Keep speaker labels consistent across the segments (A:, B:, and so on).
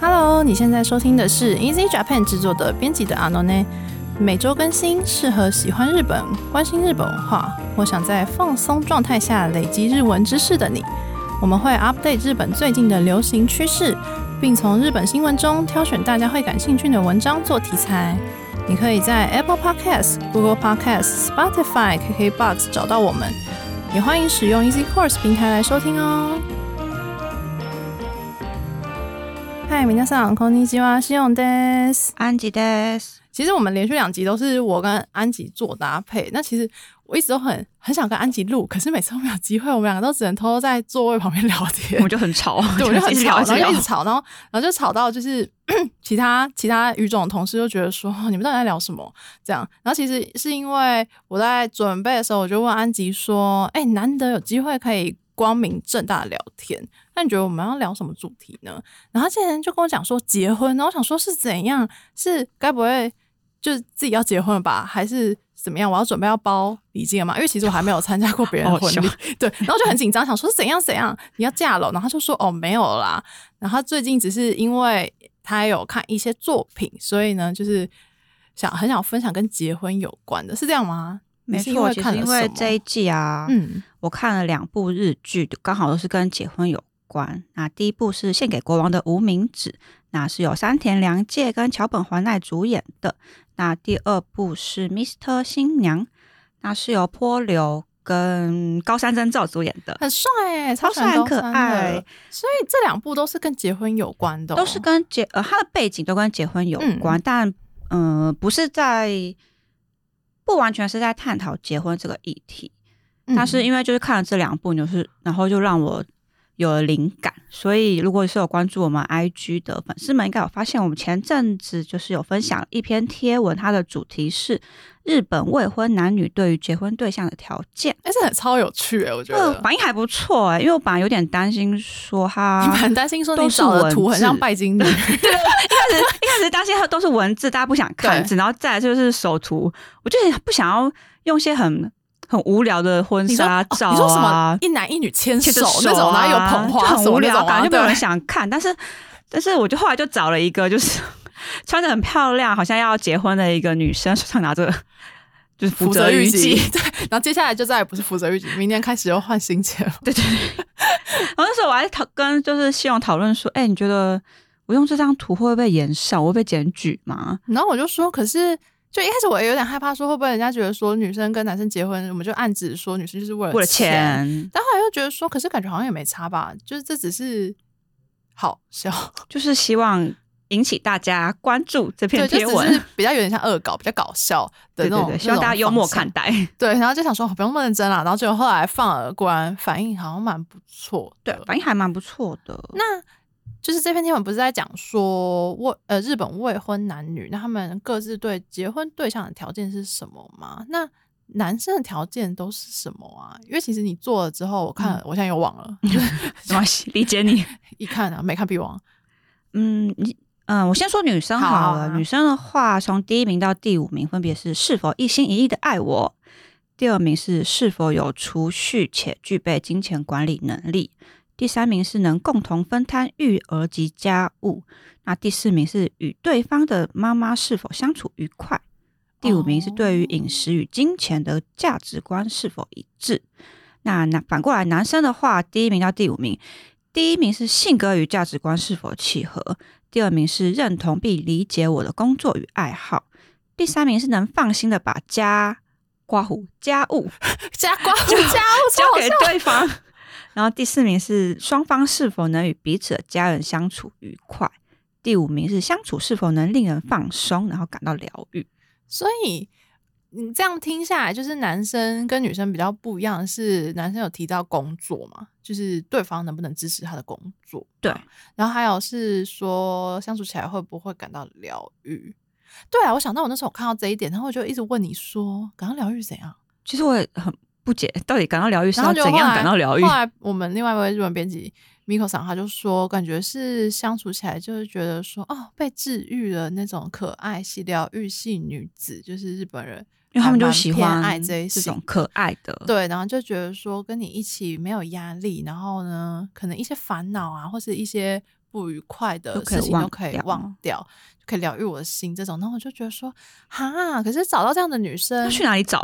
A: Hello，你现在收听的是 Easy Japan 制作的编辑的阿诺内，每周更新，适合喜欢日本、关心日本文化，或想在放松状态下累积日文知识的你。我们会 update 日本最近的流行趋势，并从日本新闻中挑选大家会感兴趣的文章做题材。你可以在 Apple Podcast、Google Podcast、Spotify、KKBox 找到我们，也欢迎使用 Easy Course 平台来收听哦。嗨，皆さんこんにちは、シオンです。
B: 安吉です。
A: 其实我们连续两集都是我跟安吉做搭配。那其实我一直都很很想跟安吉录，可是每次都没有机会，我们两个都只能偷偷在座位旁边聊天
B: 我。们就很吵，
A: 对，我就很吵，
B: 一
A: 然
B: 直
A: 后就
B: 聊
A: 一直吵，然后然后就吵到就是嗯其他其他语种的同事就觉得说哦你们到底在聊什么这样。然后其实是因为我在准备的时候，我就问安吉说：“哎、难得有机会可以光明正大地聊天，那你觉得我们要聊什么主题呢？”然后他竟然就跟我讲说结婚，然后我想说是怎样？是该不会就是自己要结婚了吧，还是怎么样？我要准备要包礼金了嘛？因为其实我还没有参加过别人的婚
B: 好
A: 礼，对，然后我就很紧张，想说是怎样怎样，你要嫁了？然后他就说哦没有啦，然后他最近只是因为他有看一些作品，所以呢就是想很想分享跟结婚有关的，是这样吗？嗯
B: 没
A: 你是因
B: 错，
A: 为
B: 其
A: 看
B: 实
A: 了
B: 因为
A: 什么
B: 这一季啊，
A: 嗯
B: 我看了两部日剧，刚好都是跟结婚有关。那第一部是《献给国王的无名指》，那是由山田凉介跟桥本环奈主演的。那第二部是《Mr. 新娘》，那是由坡流跟高山真照主演的，
A: 很帅哎、超
B: 超
A: 喜欢
B: 帅
A: 高
B: 很可
A: 山的
B: 爱。
A: 所以这两部都是跟结婚有关的哦、
B: 都是跟结呃，它的背景都跟结婚有关，但呃，不是在不完全是在探讨结婚这个议题，
A: 嗯，
B: 但是因为就是看了这两部，就是然后就让我有了灵感，所以如果是有关注我们 IG 的粉丝们，应该有发现我们前阵子就是有分享一篇贴文，它的主题是日本未婚男女对于结婚对象的条件，
A: 哎、这很超有趣哎、我觉
B: 呃，
A: 得。
B: 反应还不错哎、因为我本来有点担心说他
A: 你蛮担心说你
B: 都是
A: 找的
B: 文
A: 图很
B: 字
A: 像拜金女，
B: 一开始 一开始担心它都是文字，大家不想看字，然后再来就是手图，我就是不想要用一些很很无聊的 婚
A: 你说、
B: 纱
A: 哦
B: 照啊，
A: 你说什么一男一女牵
B: 牵着
A: 手那
B: 手
A: 种，然后有
B: 啊
A: 捧
B: 就
A: 花什
B: 很
A: 么
B: 无
A: 那
B: 聊
A: 种
B: 感，
A: 啊，
B: 就没有
A: 对
B: 人想看。但是但是我就后来就找了一个就是 穿的很漂亮，好像要结婚的一个 女生，手上拿着就是
A: 福
B: 福
A: 泽
B: 泽
A: 谕
B: 谕
A: 吉
B: 吉，，
A: 对，然后接下来就再也不是福泽谕吉，明天开始又换新 钱了。
B: 然后那时候我还讨跟就是希望讨论说，哎、你觉得我用这张图会不会延上？我会被检举吗？
A: 然后我就说，可是就一开始我也有点害怕，说会不会人家觉得说女生跟男生结婚，我们就暗指说女生就是为了
B: 为了
A: 钱。
B: 钱，
A: 但后来又觉得说，可是感觉好像也没差吧，就是这只是好笑，
B: 就是希望引起大家关注这篇
A: 对，就
B: 贴文
A: 只，是比较有点像恶搞，比较搞笑的
B: 对
A: 那
B: 对
A: 种，
B: 对，希望大家幽默
A: 看。
B: 看待。
A: 对，然后就想说哦不用那么认真啦，然后结果后来放了，果然反应好像蛮不错的。
B: 对，反应还蛮不错的。那
A: 那就是这篇贴文不是在讲说未呃日本未婚男女，那他们各自对结婚对象的条件是什么吗？那男生的条件都是什么啊？因为其实你做了之后，我
B: 嗯
A: 看了、我现在又忘了，
B: 没关系，理解你。
A: 一看啊没看必 忘。
B: 嗯，你嗯，我先说女生好了。
A: 好啊
B: 女生的话，从第一名到第五名分别是是否一心一意的爱我，第二名是是否有储蓄且具备金钱管理能力，第三名是能共同分摊育儿及家务，那第四名是与对方的妈妈是否相处愉快。第五名是对于饮食与金钱的价值观是否一致。那那反过来，男生的话，第一名到第五名，第一名是性格与价值观是否契合，第二名是认同并理解我的工作与爱好，第三名是能放心的把家刮胡家务
A: 加瓜胡加 我
B: 交
A: 超好
B: 给对方， 然后第四名是双方是否能与彼此的家人相处愉快，第五名是相处是否能令人放松，然后感到疗愈。
A: 所以你这样听下来，就是男生跟女生比较不一样，是男生有提到工作嘛，就是对方能不能支持他的工作，
B: 对，
A: 然后还有是说相处起来会不会感到疗愈。对啊，我想到我那时候看到这一点，然后我就一直问你说，感到疗愈是怎样？
B: 其实我也很不解，到底感到疗愈是
A: 然后
B: 要
A: 就
B: 怎
A: 后
B: 样
A: 来
B: 感到疗愈
A: 后？来我们另外一位日文编辑 Miko 桑，他就说，感觉是相处起来就是觉得说，哦，被治愈了那种可爱系、疗愈系女子，就是日本人，
B: 因为他们就喜欢
A: 爱这一
B: 这
A: 型
B: 种可爱的，
A: 对，然后就觉得说跟你一起没有压力，然后呢，可能一些烦恼啊，或是一些不愉快的
B: 都可以
A: 事情都
B: 忘
A: 可以
B: 掉
A: 忘掉，就可以疗愈我的心这种。那我就觉得说，哈，可是找到这样的女生
B: 要，去哪里找？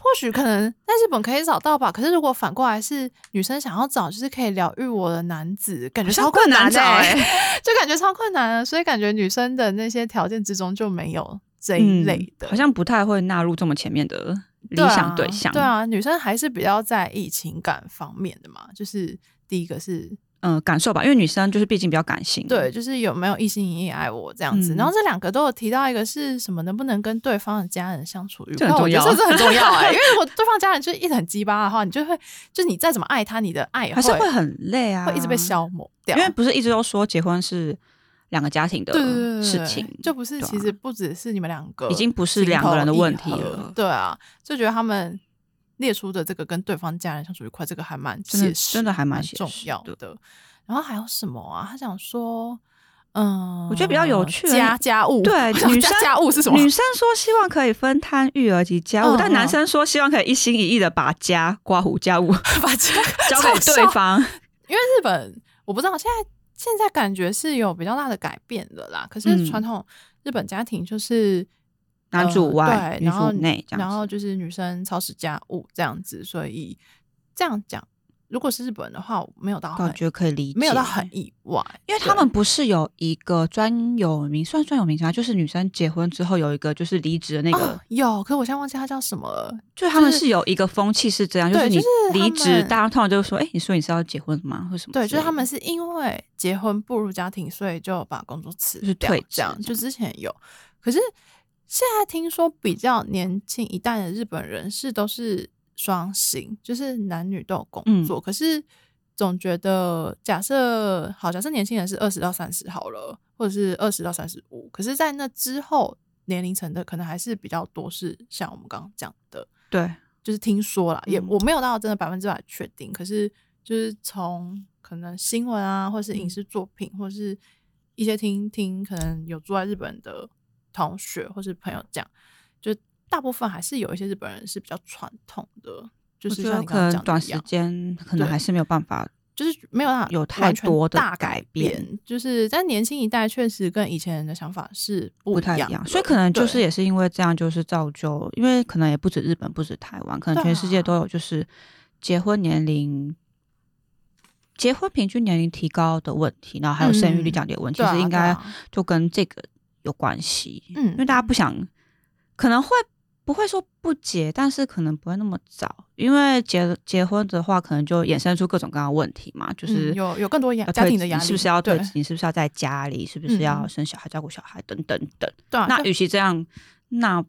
A: 或许可能在日本可以找到吧。可是如果反过来是女生想要找，就是可以疗愈我的男子，感觉超困难的、欸
B: 好像困 欸
A: 就感觉超困难的。所以感觉女生的那些条件之中就没有这一类的。
B: 嗯好像不太会纳入这么前面的理想对象。
A: 对啊，对啊女生还是比较在意情感方面的嘛。就是第一个是
B: 嗯、感受吧，因为女生就是毕竟比较感性。
A: 对，，就是有没有一心一意爱我这样子。
B: 嗯
A: 然后这两个都有提到一个是什么，能不能跟对方的家人相处愉
B: 这
A: 快？
B: 很
A: 我
B: 重
A: 觉
B: 要
A: 得这是很重要哎、 因为如果对方家人就是一直很鸡巴的话，你就会就是你再怎么爱他，你的爱
B: 还是
A: 会
B: 会很累啊，
A: 会一直被消磨掉。
B: 因为不是一直都说结婚是两个家庭的
A: 对对对对
B: 事
A: 对
B: 情，
A: 就不是
B: 对啊
A: 其实不只是你们两个，
B: 已经不是两个人的问题了。
A: 对啊，就觉得他们列出的这个跟对方家人相处愉快，这个还蛮
B: 真的
A: 写实，
B: 真的还蛮写
A: 重
B: 实
A: 要
B: 的
A: 的。然后还有什么啊？他想说，嗯，
B: 我觉得比较有趣的
A: 家家务，
B: 对女生
A: 家家务是什么？
B: 女生说希望可以分摊育儿及家务，
A: 嗯
B: 但男生说希望可以一心一意的把家刮胡 家务
A: 把家
B: 交给对，方。
A: 因为日本我不知道现在。现在感觉是有比较大的改变的啦，可
B: 嗯
A: 是传统日本家庭就是
B: 男主外
A: 呃，对
B: 女
A: 然后
B: 主内，这
A: 然
B: 样
A: 后
B: 子。
A: 就是女生操持家务这样子，所以这样讲，如果是日本人的话，我没有到很
B: 感觉可以理解，
A: 没有到很意外，
B: 因为他们不是有一个专有名，算专有名啥？就是女生结婚之后有一个就是离职的那
A: 对
B: 个，
A: 哦有，可我现在忘记他叫什么了。
B: 就他们是有一个风气是这样，
A: 对
B: 是你
A: 就是他
B: 离
A: 们
B: 职，大家通常就会说，哎、你说你是要结婚吗？或什么之类的？
A: 对，就是他们是因为结婚步入家庭，所以就把工作辞
B: 就是
A: 掉
B: 退职
A: 这样。就
B: 这样
A: 之前有，可是现在听说比较年轻一代的日本人是都是双薪，就是男女都有
B: 嗯
A: 工作，可是总觉得假设好，假设年轻人是二十到三十好了，或者是二十到三十五，可是在那之后年龄层的可能还是比较多是像我们刚刚讲的。
B: 对，
A: 就是听说啦，也
B: 嗯
A: 我没有到真的百分之百确定，可是就是从可能新闻啊，或是
B: 嗯
A: 影视作品，或是一些听听可能有住在日本的同学或是朋友讲，就大部分还是有一些日本人是比较传统的，就
B: 我
A: 是
B: 觉
A: 像
B: 得
A: 你
B: 可
A: 刚刚
B: 能
A: 讲
B: 短
A: 的一
B: 时
A: 样，
B: 间可能
A: 对
B: 还是没有办法，
A: 就是没有让
B: 有太
A: 完全
B: 多的
A: 大改
B: 改变
A: 就是但年轻一代确实跟以前人的想法是
B: 不
A: 不
B: 太一
A: 样
B: 样，
A: 的，
B: 所以可能就是
A: 对
B: 也是因为这样，就是造就，因为可能也不止日本，不止台湾，可能
A: 对啊
B: 全世界都有，就是结婚年龄。结婚平均年龄提高的问题，然后还有生育率
A: 嗯
B: 降低的问题，
A: 对
B: 其
A: 啊
B: 实应该
A: 对啊
B: 就跟这个有关系。
A: 嗯
B: 因为大家不想，可能会不会说不结，但是可能不会那么早，因为结结婚的话，可能就衍生出各种各样的问题嘛，就是、
A: 嗯有有更多压
B: 要
A: 家
B: 退
A: 庭
B: 职
A: 的压力，
B: 你是不是要对
A: 对
B: 职？你是不是要在家里？是不是要
A: 嗯
B: 生小孩、照顾小孩等等等？
A: 对啊，
B: 那
A: 就
B: 与其这样，那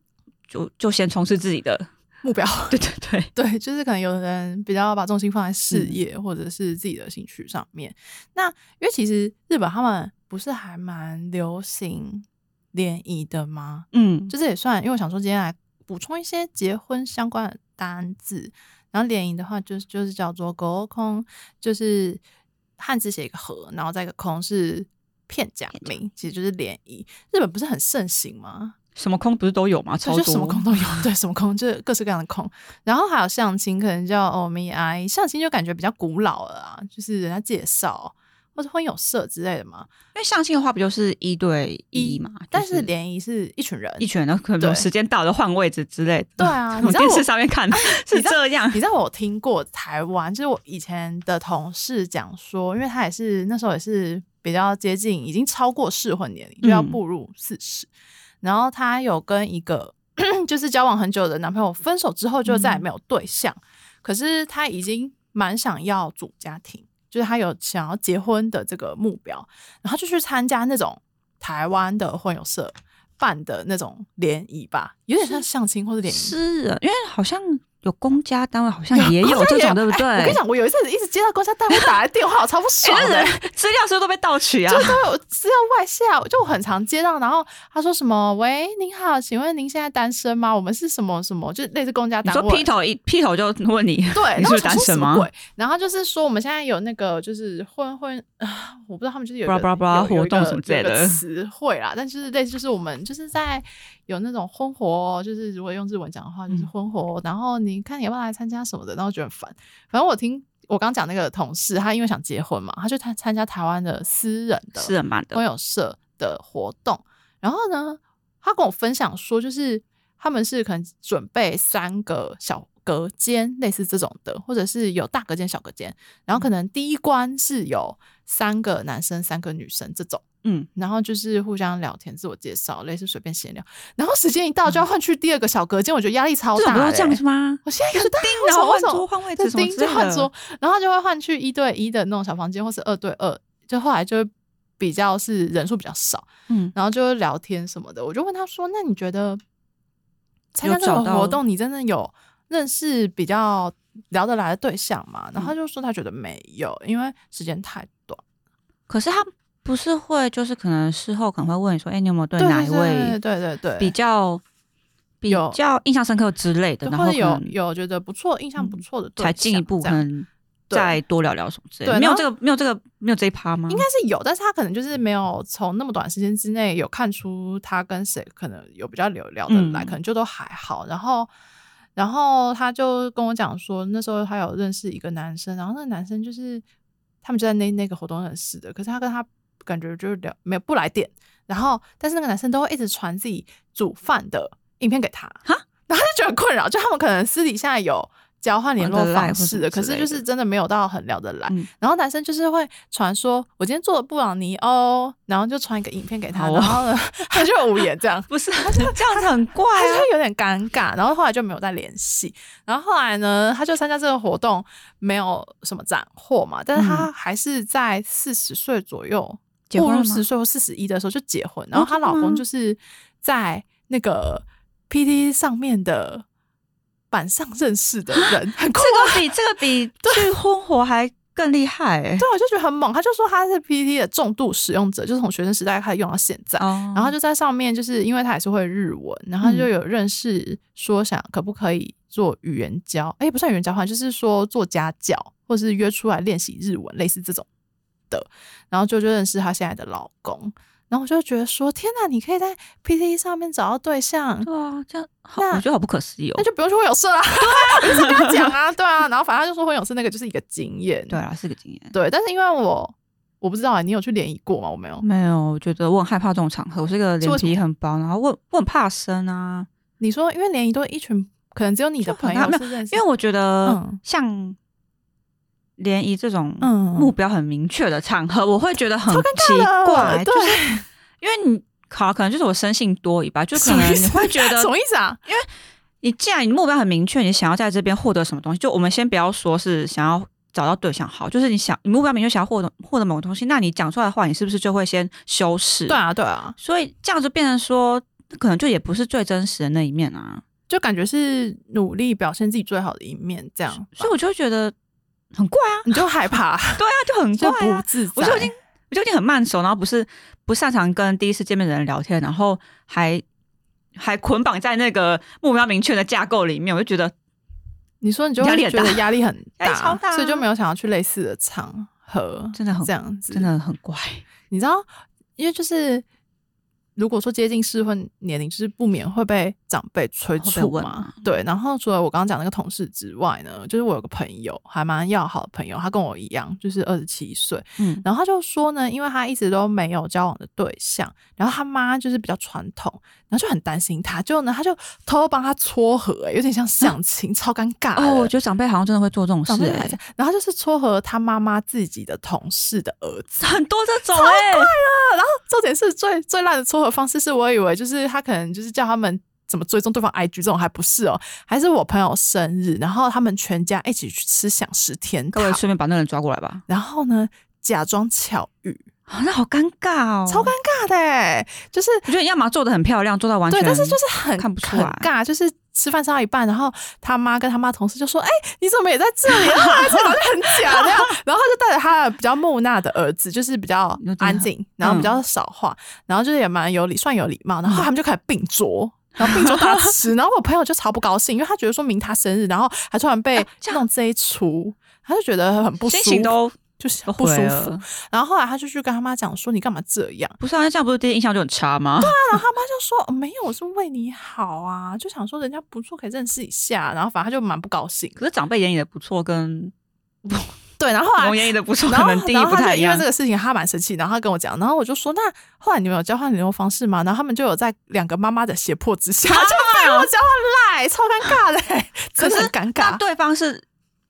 B: 就就先从事自己的，
A: 目标
B: 对对对，
A: 对，就是可能有的人比较把重心放在事业或者是自己的兴趣上面。那因为其实日本他们不是还蛮流行联谊的吗？
B: 嗯，
A: 就这也算，因为我想说今天来补充一些结婚相关的单字。然后联谊的话，就是就是叫做狗空，就是汉字写一个和，然后再一个空是片假名，其实就是联谊。日本不是很盛行吗？
B: 什么空不是都有吗？
A: 就
B: 超
A: 就
B: 多
A: 什么空都有，对，什么空就是各式各样的空。然后还有相亲，可能叫欧米哀，相亲就感觉比较古老了啊，就是人家介绍或者婚友社之类的嘛。
B: 因为相亲的话，不就是一对一嘛？
A: 但
B: 就是
A: 联谊是一群人，
B: 一群人，可能
A: 对
B: 时间到了换位置之类的。
A: 对啊，你
B: 从
A: 知道
B: 电视
A: 我。
B: 上面看
A: 你
B: 是
A: 知道
B: 这样
A: 你，知道我听过台湾，就是我以前的同事讲说，因为他也是那时候也是比较接近，已经超过适婚年龄，就要
B: 嗯
A: 步入四十、然后他有跟一个 就是交往很久的男朋友分手之后，就再
B: 嗯
A: 也没有对象。可是他已经蛮想要组家庭，就是他有想要结婚的这个目标，然后他就去参加那种台湾的婚友社办的那种联谊吧，有点像相亲或者联谊。
B: 是啊因为好像有公家单位，好像也哎有这种，对不对？
A: 哎我跟你讲，我有一阵子一直接到公家单位打来电话，我超不爽
B: 哎，那
A: 的、
B: 人资料是不是都被盗取啊
A: 就？是都有资料外泄，啊就我很常接到，然后他说什么“喂，您好，请问您现在单身吗？我们是什么什么，就是类似公家
B: 你
A: 单
B: 说
A: 位。
B: 劈”头一劈头就问你，
A: 对，然
B: 你是
A: 后
B: 不
A: 我
B: 是
A: 想
B: 单
A: 说
B: 身
A: 什
B: 吗
A: 么？鬼？然后就是说我们现在有那个就是婚婚啊，我不知道他们就是有一个
B: Bra- bra- bra
A: 有有
B: 活动
A: 一个
B: 什么之类的
A: 有一个词汇啦，但就是类似就是我们就是在有那种婚活，就是如果用日文讲的话就是
B: 嗯
A: 婚活，然后你看你要不要来参加什么的，然后我觉得很烦。反正我听我刚讲那个同事，他因为想结婚嘛，他就参参加台湾的私人的
B: 是很啊慢的
A: 朋。友社的活动。然后呢，他跟我分享说，就是他们是可能准备三个小隔间，类似这种的，或者是有大隔间、小隔间。然
B: 嗯
A: 后可能第一关是有三个男生、三个女生这种，
B: 嗯，
A: 然后就是互相聊天、自我介绍，类似随便闲聊。然后时间一到就要换去第二个小隔间，我觉得压力超
B: 嗯这种
A: 大、
B: 不
A: 欸。
B: 是这样子吗？
A: 我现在有大
B: 叮，
A: 为
B: 然
A: 什么
B: 后啊换
A: 为什么
B: 桌换位置
A: 就
B: 哎什么
A: 盯
B: 之
A: 就
B: 类
A: 换
B: 的
A: 桌，然后他就会换去一对一的那种小房间，或是二对二，就后来就会比较是人数比较少，
B: 嗯，
A: 然后就会聊天什么的。我就问他说：“那你觉得参加
B: 有
A: 这
B: 找
A: 种
B: 到
A: 活动，你真的有认识比较聊得来的对象吗？”然后他
B: 嗯
A: 就说他觉得没有，因为时间太短。
B: 可是他不是会就是可能事后可能会问你说，哎、你有没有对
A: 对
B: 哪一
A: 对
B: 位
A: 对对对，
B: 比较比
A: 有
B: 较印象深刻之类的，
A: 对
B: 然
A: 或
B: 后
A: 者
B: 可
A: 有
B: 能嗯
A: 有觉得不错、印象不错的对
B: 才进一
A: 象
B: 步
A: 这
B: 可
A: 样
B: 能
A: 对
B: 再多聊聊什么之类
A: 对
B: 的。没
A: 然
B: 有
A: 后
B: 这个没有这个没有这一趴吗？
A: 应该是有，但是他可能就是没有从那么短时间之内有看出他跟谁可能有比较聊聊得来，
B: 嗯
A: 可能就都还好。然后，然后他就跟我讲说，那时候他有认识一个男生，然后那个男生就是他们就在那那个活动认识的，可是他跟他感觉就是聊没有不来电，然后但是那个男生都会一直传自己煮饭的影片给他，
B: 哈，
A: 然后他就觉得很困扰，就他们可能私底下有。交换联
B: 玩
A: 络
B: 得来
A: 方
B: 或什
A: 式
B: 么
A: 的，可
B: 之
A: 是
B: 类
A: 就
B: 的
A: 是真的没有到很聊得来。
B: 嗯
A: 然后男生就是会传说我今天做了布朗尼哦，然后就传一个影片给他，
B: 好哦
A: 然后呢他就无言这 样，
B: 不是这样子很怪
A: 他就
B: 啊。
A: 有点尴尬，然后后来就没有再联系。然后后来呢，他就参加这个活动，没有什么斩获嘛，但是他还是在四十岁左右，
B: 嗯结
A: 步
B: 婚
A: 入
B: 了
A: 十
B: 吗？哦
A: 岁或四十一的时候就结婚，然后她
B: 真的
A: 老公
B: 吗
A: 就是在那个 PT 上面的板上认识的人，很酷
B: 啊这个比这个 比去婚活还更厉害、欸。
A: 对，啊我就觉得很猛。他就说他是 PPT 的重度使用者，就是从学生时代开始用到现在。
B: 哦
A: 然后就在上面，就是因为他也是会日文，然后他就
B: 嗯
A: 有认识说想可不可以做语言交，哎、不算语言交换，就是说做家教，或是约出来练习日文，类似这种的。然后就就认识她现在的老公，然后我就觉得说，天哪，你可以在 PPT 上面找到对象，
B: 对啊，这样好，
A: 那
B: 我觉得好不可思议哦
A: 那。就不用去婚友 社啦。我就跟他讲啊，对啊，然后反正他就说婚友社那个就是一个经验，
B: 对啊，是个经验。
A: 对，但是因为我我不知道、啊，你有去联谊过吗？我没有。
B: 没有，我觉得我很害怕这种场合，我是一个
A: 哦是为什
B: 脸
A: 么
B: 皮很薄，然后我我很怕生啊，
A: 你说，因为联谊都一群，可能只有你的
B: 就很
A: 朋
B: 大
A: 友
B: 没有
A: 是认识，
B: 因为我觉得
A: 嗯
B: 像联谊这种
A: 嗯
B: 目标很明确的场合，我会觉得很
A: 超尴
B: 奇
A: 尬的
B: 怪，
A: 对
B: 就是因为你。好，啊可能就是我生性多疑吧，就
A: 什
B: 可
A: 么
B: 能
A: 意
B: 你
A: 思
B: 会觉得
A: 什，么意思啊？
B: 你既然你目标很明确，你想要在这边获得什么东西，就我们先不要说是想要找到对象好，就是你想你目标明确想要获得获得某个东西，那你讲出来的话，你是不是就会先修饰？
A: 对啊，对啊，
B: 所以这样就变成说，可能就也不是最真实的那一面啊。
A: 就感觉是努力表现自己最好的一面，这样，
B: 所以我就会觉得很怪啊，
A: 你就害怕，
B: 对啊，就很怪
A: 就不
B: 啊。
A: 自在。
B: 我就已经我就已经很慢熟，然后不是不擅长跟第一次见面的人聊天，然后还还捆绑在那个目标明确的架构里面，我就觉得
A: 你说你就
B: 压
A: 会
B: 力很
A: 觉得
B: 大
A: 压力很
B: 压力
A: 大，
B: 超大啊
A: 所以就没有想要去类似的场合，
B: 真的很
A: 这样子，
B: 真的很怪。
A: 你知道，因为就是如果说接近适婚年龄，就是不免会被长辈催
B: 会被
A: 促
B: 问
A: 嘛
B: 啊。
A: 对，然后除了我刚刚讲那个同事之外呢，就是我有个朋友还蛮要好的朋友，他跟我一样，就是二十七岁，
B: 嗯，
A: 然后他就说呢，因为他一直都没有交往的对象，然后他妈就是比较传统，然后就很担心他，结果呢，他就偷偷帮他撮合、欸有点像相亲，超尴尬的。
B: 哦，我觉得长辈好像真的会做这种事、
A: 长辈还
B: 哎
A: 在，然后就是撮合他妈妈自己的同事的儿子，
B: 很多这种哎、
A: 重点是最最烂的撮合方式是我以为就是他可能就是叫他们怎么追踪对方 IG 这种还不是哦，还是我朋友生日，然后他们全家一起去吃享食天
B: 各位
A: 堂，
B: 顺便把那人抓过来吧，
A: 然后呢假装巧遇，
B: 啊，那好尴尬哦，
A: 超尴尬的欸，就是
B: 我觉得你要么做的很漂亮，做到完全，
A: 对，但是就是很
B: 看不出
A: 很
B: 来
A: 尬，就是吃饭吃到一半，然后他妈跟他妈同事就说：“哎、你怎么也在这里？”然后还 是好像很假的，然后他就带着他的比较木讷的儿子，就是比较
B: 有点
A: 安静，然后比较少话，然后就是也蛮有理，算有礼貌，然后他们就开始并桌。然后并桌大 吃，然后我朋友就超不高兴，因为他觉得说明他生日，然后还突然被
B: 啊这样
A: 弄这一出，他就觉得很不舒
B: 心
A: 服，
B: 情都
A: 就是
B: 都
A: 不舒
B: 毁
A: 服
B: 了。
A: 然后后来他就去跟他妈讲说：“你干嘛这样？”
B: 不是啊，那这样不是第一印象就很差吗？
A: 然后他妈就说、哦没有，我是为你好啊，就想说人家不错，可以认识一下。”然后反正他就蛮不高兴。
B: 可是长辈眼里的不错跟
A: 对，然后后来
B: 龙岩里的不错，
A: 然
B: 可
A: 后
B: 能，定
A: 然
B: 义
A: 后
B: 不
A: 他
B: 太
A: 就
B: 一
A: 因为
B: 样
A: 这。个事情，他蛮生气，然后他跟我讲，然后我就说，那后来你们有交换联络方式吗？然后他们就有在两个妈妈的胁迫之下，就 被我交换赖，超尴尬的、
B: 啊
A: 欸真
B: 可
A: 的
B: 是
A: 很尴尬。
B: 那对方是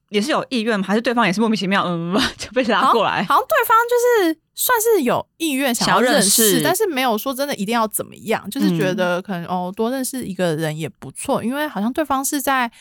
B: 也是有意愿吗？还是对方也是莫名其妙嗯 就被
A: 好
B: 拉
A: 像
B: 过来？
A: 好像对方就是算是有意愿想
B: 想要
A: 认
B: 认识
A: 但是没有说真的一定要怎么样，就是觉
B: 嗯
A: 得可能、哦多认识一个人也不错，因为好像对方是在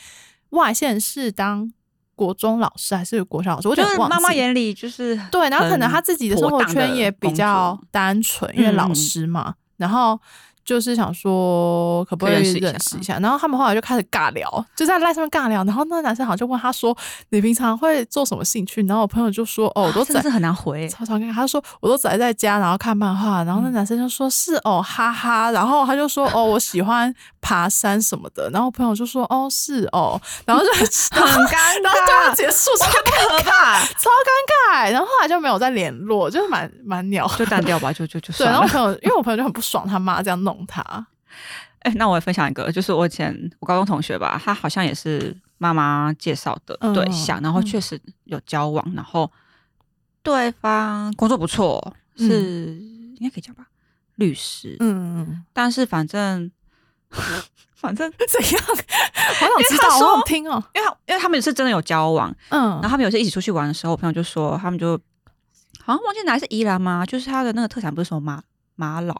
A: 外县市当国中老师还是国小老师，我有
B: 就
A: 点
B: 是
A: 忘记
B: 妈妈
A: 了
B: 眼里就是
A: 对，然后可能
B: 很
A: 他自己的生活
B: 妥当的
A: 圈也比较
B: 工作
A: 单纯，因为
B: 嗯
A: 老师嘛，然后就是想说可不可
B: 可以
A: 以
B: 认识一下
A: 认识一下，然后他们后来就开始尬聊，就在赖上面尬聊，然后那个男生好像就问他说：“你平常会做什么兴趣？”然后我朋友就说：“哦，我都
B: 啊真的
A: 宅
B: 是很 难回。
A: 超常看，他说我都宅在家，然后看漫画。然后
B: 嗯
A: 那男生就说是哦，哈哈。然后他就说哦，我喜欢爬山什么的。然后我朋友就说哦，是哦。然 后就然后
B: 很 尴
A: 然后对话
B: 尬，
A: 结束，超
B: 不合吧？
A: 超尴尬。然后后来就没有再联络，就是蛮蛮鸟。
B: 就淡掉吧，就就就
A: 对，
B: 算
A: 然后我
B: 了。
A: 朋友，因为我朋友就很不爽他妈这样弄他。
B: 哎、那我也分享一个，就是我以前我高中同学吧，他好像也是妈妈介绍的
A: 嗯
B: 对象，然后确实有交往，然后对方工作不错，
A: 嗯
B: 是、应该可以讲吧，律师。
A: 嗯，
B: 但是反正 反 正，
A: 怎样？好想知
B: 因为他
A: 道，
B: 说
A: 我想听哦。
B: 因为他因为他们也是真的有交往，
A: 嗯
B: 然后他们有一次一起出去玩的时候，我朋友就说他们就好像忘记哪里是宜兰吗？就是他的那个特产不是什么马马老，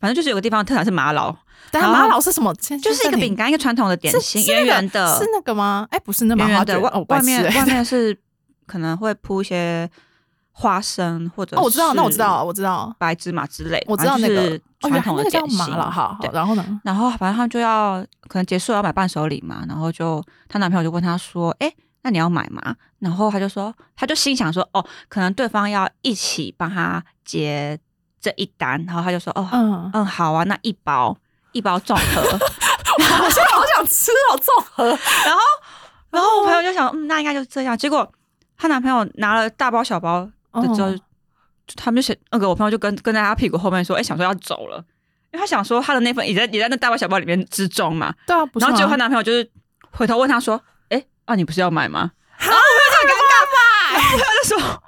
B: 反正就是有个地方的特产是马老，
A: 但
B: 然后
A: 马老是什么？先
B: 就是一个饼，干，一个传统的点
A: 先
B: 心，
A: 暂停
B: 圆
A: 是
B: 圆的，
A: 是那个吗？哎，不是那麻
B: 圆
A: 花
B: 圆
A: 卷
B: 的，外
A: 哦白
B: 外
A: 痴
B: 面
A: 哎
B: 外 面是可能会铺一些花生或者
A: 哦，我知道，那我知道，
B: 是
A: 我知道，
B: 白芝麻之类的，
A: 我知道
B: 反
A: 那
B: 正啊就
A: 个
B: 是
A: 哦，
B: 传
A: 原来
B: 统
A: 那
B: 的
A: 个
B: 点
A: 叫
B: 心
A: 麻了哈。好
B: 对
A: 然后呢？
B: 然后反正他们就要可能结束要买伴手礼嘛，然后就她男朋友就问她说：“哎、那你要买吗？”然后她就说，她就心想说：“哦，可能对方要一起帮她结这一单。”然后她就说：“哦，嗯
A: 嗯，
B: 好啊，那一包一包综合。
A: 我现在好想吃哦，综合。”
B: 然后我朋友就想：“嗯，那应该就是这样。”结果她男朋友拿了大包小包的之后，
A: 哦
B: 就他们就想那个我朋友就跟跟在她屁股后面说：“哎、想说要走了。”因为她想说她的那份也在也在那大包小包里面之中嘛，
A: 对啊，不是
B: 然
A: 吗。
B: 后结果她男朋友就是回头问她说：“哎、啊，你不是要买吗？”然后我就很尴尬，然后我朋友就说，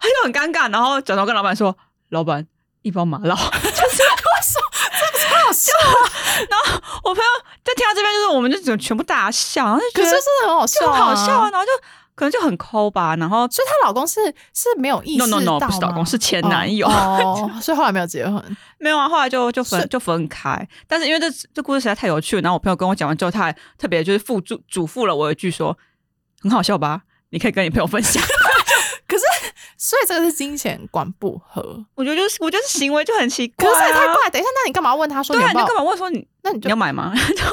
B: 他就很尴尬，然后转头跟老板说：“老板，一包麻辣。”
A: 好笑，
B: 我朋友在听到这边就是，我们就整全部大笑，然后就
A: 可
B: 觉
A: 是
B: 得
A: 真的很好
B: 就
A: 笑，
B: 很好笑啊，。然后就可能就很抠吧，然后
A: 所以她老公是是没有意
B: no
A: 识
B: no
A: 到
B: no 不是老公
A: 吗
B: 是前男友，
A: 哦， 哦所以后来没有结婚。
B: 没有啊，后来就就分
A: 是
B: 就分开。但是因为这这故事实在太有趣了，然后我朋友跟我讲完之后，他还特别就是附嘱嘱咐了我一句说：“很好笑吧？你可以跟你朋友分享。
A: 所以这个是金钱观不合”。
B: 我觉得就是我觉得行为就很奇
A: 可
B: 怪、啊，
A: 是这也太怪，等一下，那你干嘛问他说
B: 对
A: 你
B: 啊，
A: 要
B: 你
A: 不
B: 就
A: 要
B: 干？嘛问说你
A: 那你
B: 你
A: 就
B: 要买吗？ 就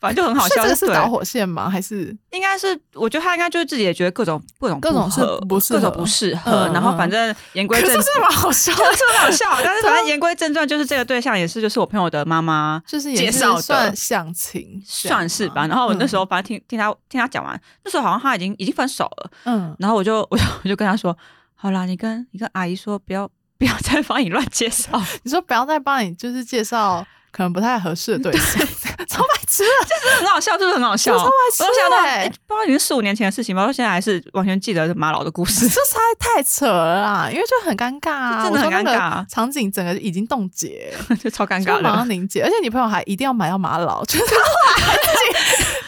B: 反正就很好
A: 所以
B: 笑，
A: 这个是
B: 对
A: 导火线吗？还是
B: 应该是，我觉得他应该就是自己也觉得各种各种
A: 各种是
B: 合
A: 不适合
B: 各种不适合，
A: 嗯
B: 然后反正言归
A: 可
B: 正，
A: 是这蛮好笑的，嗯
B: 是很好笑， 但是反正言归正传，就是这个对象也是就是我朋友的妈妈，
A: 就是也
B: 介
A: 是
B: 绍的
A: 算相亲这样吗，嗯
B: 算是吧。然后我那时
A: 候
B: 候反正听听他听他讲完，那时候好像他已经已经分手了，
A: 嗯，
B: 然后我就我就我就跟他说，好啦，你跟你跟阿姨说不要。不要再帮你乱 介绍，
A: 你说不要再帮你就是介绍可能不太合适的对象， 超白痴啊的，
B: 很好笑，就是很好笑。
A: 超白痴
B: 我就想到，
A: 的
B: 哎
A: 欸
B: 不知道已经四五年前的事情吧，我现在还是完全记得马老的故事
A: 这。实在太扯了啦，因为就很尴尬啊，
B: 就真的很
A: 我说那个
B: 尴尬啊
A: 场景整个已经冻结，
B: 就超尴
A: 就
B: 尬
A: 马
B: 的，
A: 上凝结，而且你朋友还一定要买到马老，就是他后来自己，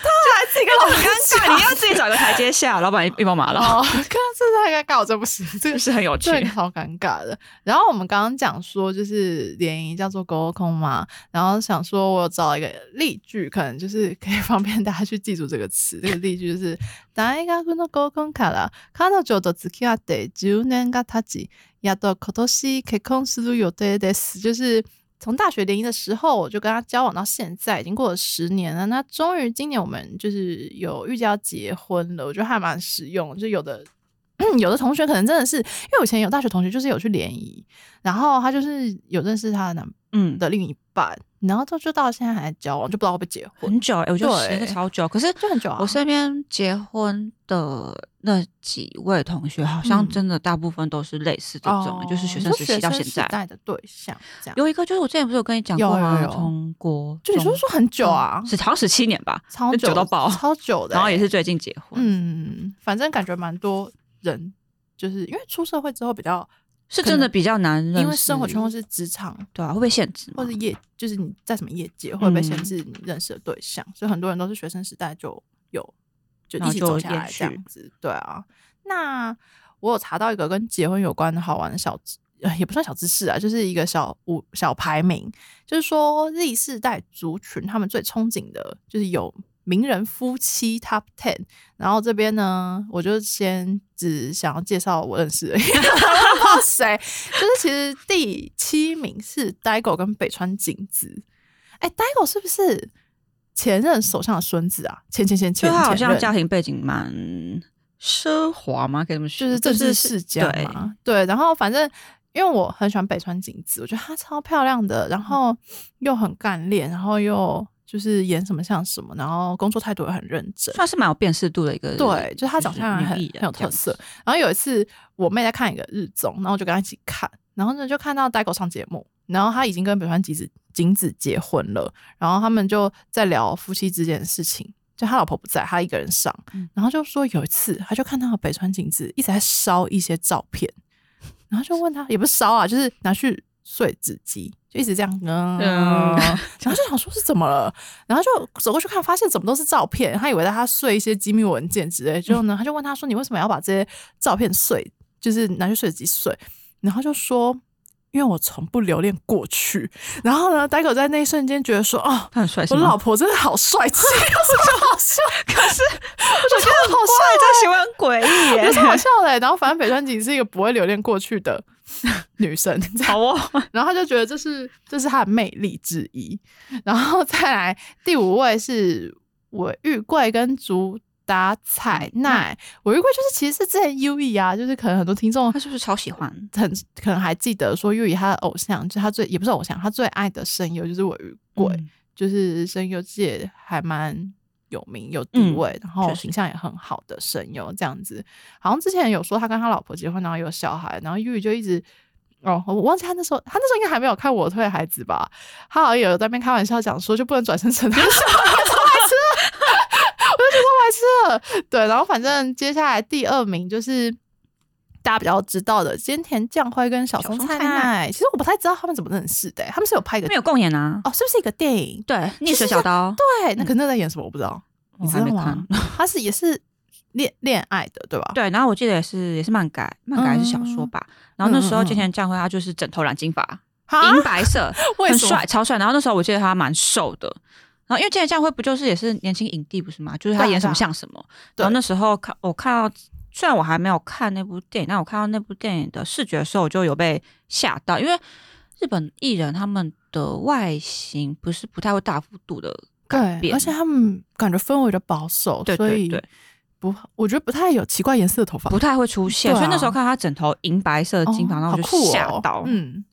A: 他后来自己跟老
B: 很
A: 师
B: 尴
A: 讲
B: 尬，你要自己找个台阶下，老板一一包麻 辣，
A: 哦，刚刚真的太尴尬，我真不行，这
B: 就
A: 个
B: 是很有趣
A: 这。个超尴尬的。然后我们刚刚讲说，就是联谊叫做沟空嘛，然后想说我有找一个例句，可能就是可以 方便大家去记住这个词。这个例句就是「大学の合コンから彼女と付き合って10年が経ち、やっと今年結婚する予定です」，就是。从大学联谊的时候，我就跟他交往到现在，已经过了十年了。那终于今年我们就是有预计要结婚了，我觉得还蛮实用的。就有的 有的同学可能真的是，因为我以前有大学同学就是有去联谊，然后他就是有认识他的男
B: 嗯，
A: 的另一半，然后就就到现在还在交往，就不知道会不会结婚，
B: 很久、欸，我觉得时
A: 对
B: 间超久。可是
A: 就很久啊。
B: 我身边结婚的那几位同学，好像
A: 嗯
B: 真的大部分都是类似这种，
A: 哦
B: 嗯就是学生
A: 你说
B: 时期到
A: 生
B: 现在。
A: 代的对象这样。
B: 有一个就是我之前不是有跟你讲
A: 有
B: 过吗？
A: 有有
B: 从国
A: 就你说
B: 中
A: 说很久啊，
B: 嗯是好像十七年吧，
A: 超
B: 就
A: 久
B: 久到爆
A: 超久的欸、
B: 然后也是最近结婚。
A: 嗯，反正感觉蛮多人，就是因为出社会之后比较，
B: 是真的比较难认识，
A: 因为生活圈或是职场
B: 对啊，会被限制
A: 或
B: 嘛
A: 是业，就是你在什么业界会被限
B: 嗯
A: 制你认识的对象，所以很多人都是学生时代就有就
B: 然
A: 一
B: 后
A: 起
B: 就
A: 走下
B: 延
A: 来这
B: 续
A: 样子，对啊。那我有查到一个跟结婚有关的好玩的小知，呃也不算小知识啊，就是一个小五小排名，就是说 Z 世代族群他们最憧憬的就是有。名人夫妻 Top Ten，然后这边呢，我就先只想要介绍我认识的， 因为我不知道谁，就是其实第七名是呆狗跟北川景子。哎、呆狗是不是前任首相的孙子啊？前前前
B: 就
A: 前
B: 他好
A: 前
B: 像
A: 任，
B: 家庭背景蛮奢华嘛，可以这么说，
A: 就是政治世家
B: 哦对，
A: 嘛。对，然后反正因为我很喜欢北川景子，我觉得她超漂亮的，
B: 嗯
A: 然后又很干练，然后又就是演什么像什么，然后工作态度也很认真。
B: 算是蛮有辨识度的一个，
A: 对，就是她长
B: 是
A: 相
B: 女
A: 很
B: 艺
A: 很有
B: 人这样
A: 特色
B: 子。
A: 然后有一次我妹在看一个日综，然后我就跟她一起看，然后呢就看到呆狗上节目，然后她已经跟北川景子景子结婚了，然后他们就在聊夫妻之间的事情。就她老婆不在，她一个人上，
B: 嗯
A: 然后就说有一次，她就看到北川景子一直在烧一些照片，然后就问她，也不是烧啊，就是拿去碎纸机，就一直这样，嗯，
B: 嗯
A: 然后就想说是怎么了，然后就走过去看，发现怎么都是照片，她以为在她碎一些机密文件之类，之后呢，她就问她说你为什么要把这些照片碎，就是拿去碎纸机碎，然后就说。因为我从不留恋过去，然后呢，呆狗在那一瞬间觉得说，哦，
B: 他很帅，是
A: 我
B: 吗
A: 老婆真的好帅气，我觉得好笑，可是我觉得好
B: 哇，这行为很诡异
A: 也是好
B: 耶，
A: 笑嘞、然后反正北川景是一个不会留恋过去的女生，这样
B: 好哦，
A: 然后他就觉得这是这是她的魅力之一。然后再来第五位是我玉贵跟竹达彩奈，我玉贵就是其实是之前 U E 啊，就是可能很多听 众
B: 他是不是超喜欢？
A: 很可能还记得说 U E 他的偶像，就是他最也不是偶像，他最爱的声优就是我玉贵。
B: 嗯
A: 就是声优界还蛮有名有地位，然后
B: 嗯确实
A: 形象也很好的声优这样子。好像之前有说他跟他老婆结婚，然后有小孩，然后玉玉就一直。哦，我忘记他那时候，他那时候应该还没有看我推孩子吧？他好像有在那边开玩笑讲说，就不能转身成他的小孩， 我就觉得太痴了。对，然后反正接下来第二名就是大家比较知道的菅田将晖跟小
B: 小
A: 松
B: 松
A: 菜
B: 菜奈
A: 奈。其实我不太知道他们怎么认识的、欸他们是有拍一个
B: 他们有共演啊，
A: 哦，是不是一个电影？
B: 对，逆
A: 是
B: 水小刀，
A: 对，那可是那在演什么我不知道，
B: 嗯我
A: 你知
B: 还
A: 道
B: 没
A: 吗
B: 看。？
A: 他是也是恋恋爱的，对吧？
B: 对，然后我记得也是也是漫改，漫改还是小说吧。然后那时候
A: 嗯嗯
B: 金田将辉他就是枕头染金发，
A: 啊，
B: 银白色，
A: 为
B: 很
A: 什么
B: 帅，超帅。然后那时候我记得他蛮瘦的。然后因为金田将辉不就是也是年轻影帝不是吗？就是他
A: 对啊
B: 演什
A: 对啊
B: 么像什么。
A: 对
B: 然后那时候看我看到，虽然我还没有看那部电影，但我看到那部电影的视觉的时候，我就有被吓到，因为日本艺人他们的外形不是不太会大幅度的改
A: 对，
B: 变，
A: 而且他们感觉氛围的保守，
B: 对
A: 所
B: 对
A: 以
B: 对，
A: 不，我觉得不太有奇怪颜色的头发。
B: 不太会出现。
A: 对啊
B: 所以那时候看他枕头银白色的金发，
A: 哦
B: 然后我就
A: 好酷哦
B: 吓到。
A: 嗯。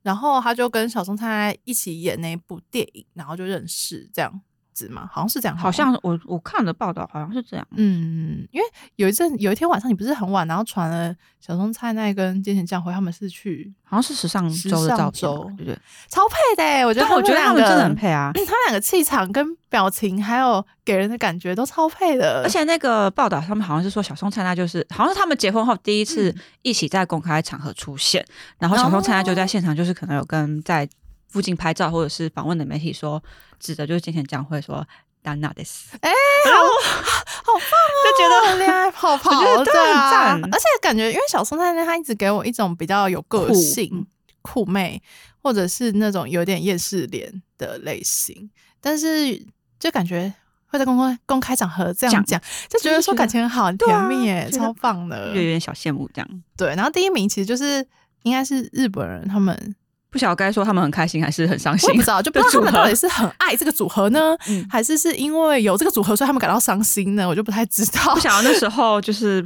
A: 然后他就跟小松菜一起演那一部电影，然后就认识这样子嘛，好像是这样，
B: 好像我我看的报道好像是这样，
A: 嗯，因为有一阵有一天晚上你不是很晚，然后传了小松菜奈跟菅田将晖他们是去
B: 好像是时尚周
A: 时尚
B: 的照片嘛
A: 周，
B: 对不对？
A: 超配的欸、我觉得
B: 但我觉得他
A: 两
B: 们真
A: 个
B: 的很配啊。
A: 嗯他们两个气场跟表情，还有给人的感觉都超配的，
B: 而且那个报道，他们好像是说小松菜奈就是，好像是他们结婚后第一次
A: 嗯
B: 一起在公开场合出现，然后小松菜奈就
A: 哦
B: 在现场，就是可能有跟在附近拍照或者是访问的媒体说，指着就是金钱将会说丹娜的死，
A: 哎
B: 然后
A: 好棒哦！就觉得恋爱泡泡，
B: 我觉得
A: 对
B: 很
A: 啊
B: 赞
A: 而且感觉，因为小松菜奈她一直给我一种比较有个
B: 酷
A: 性
B: 嗯、
A: 酷妹，或者是那种有点厌世脸的类型，但是就感觉会在公开公开场合这样
B: 讲
A: 讲，就觉得说感情很好，很
B: 对啊
A: 甜蜜耶，
B: 觉得
A: 超棒的
B: 就。有点小羡慕这样。
A: 对，然后第一名其实就是应该是日本人他们
B: 不晓得该说他们很开心还是很伤
A: 我也
B: 心
A: 不知，道，就不知道他们到底是很爱这个组合呢，
B: 嗯
A: 还是是因为有这个组合所以他们感到伤心呢？我就不太知道
B: 不。晓得那时候就是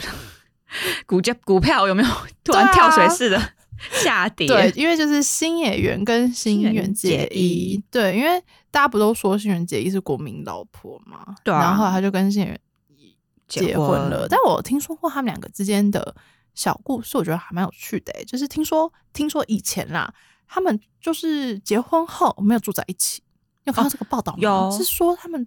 B: 股价股票有没有突然跳水式的 下跌？
A: 啊对，因为就是新演员跟新
B: 新
A: 垣
B: 垣
A: 结
B: 结
A: 衣
B: 衣，
A: 对，因为大家不都说新垣结衣是国民老婆嘛，
B: 对啊
A: 然后后来他就跟新垣结
B: 结
A: 婚
B: 婚
A: 了，但我听说过他们两个之间的小故事，我觉得还蛮有趣的、欸，就是听说听说以前啦，他们哦就是结婚后没有住在一起，你有看到这个报道吗？
B: 有
A: 是说他们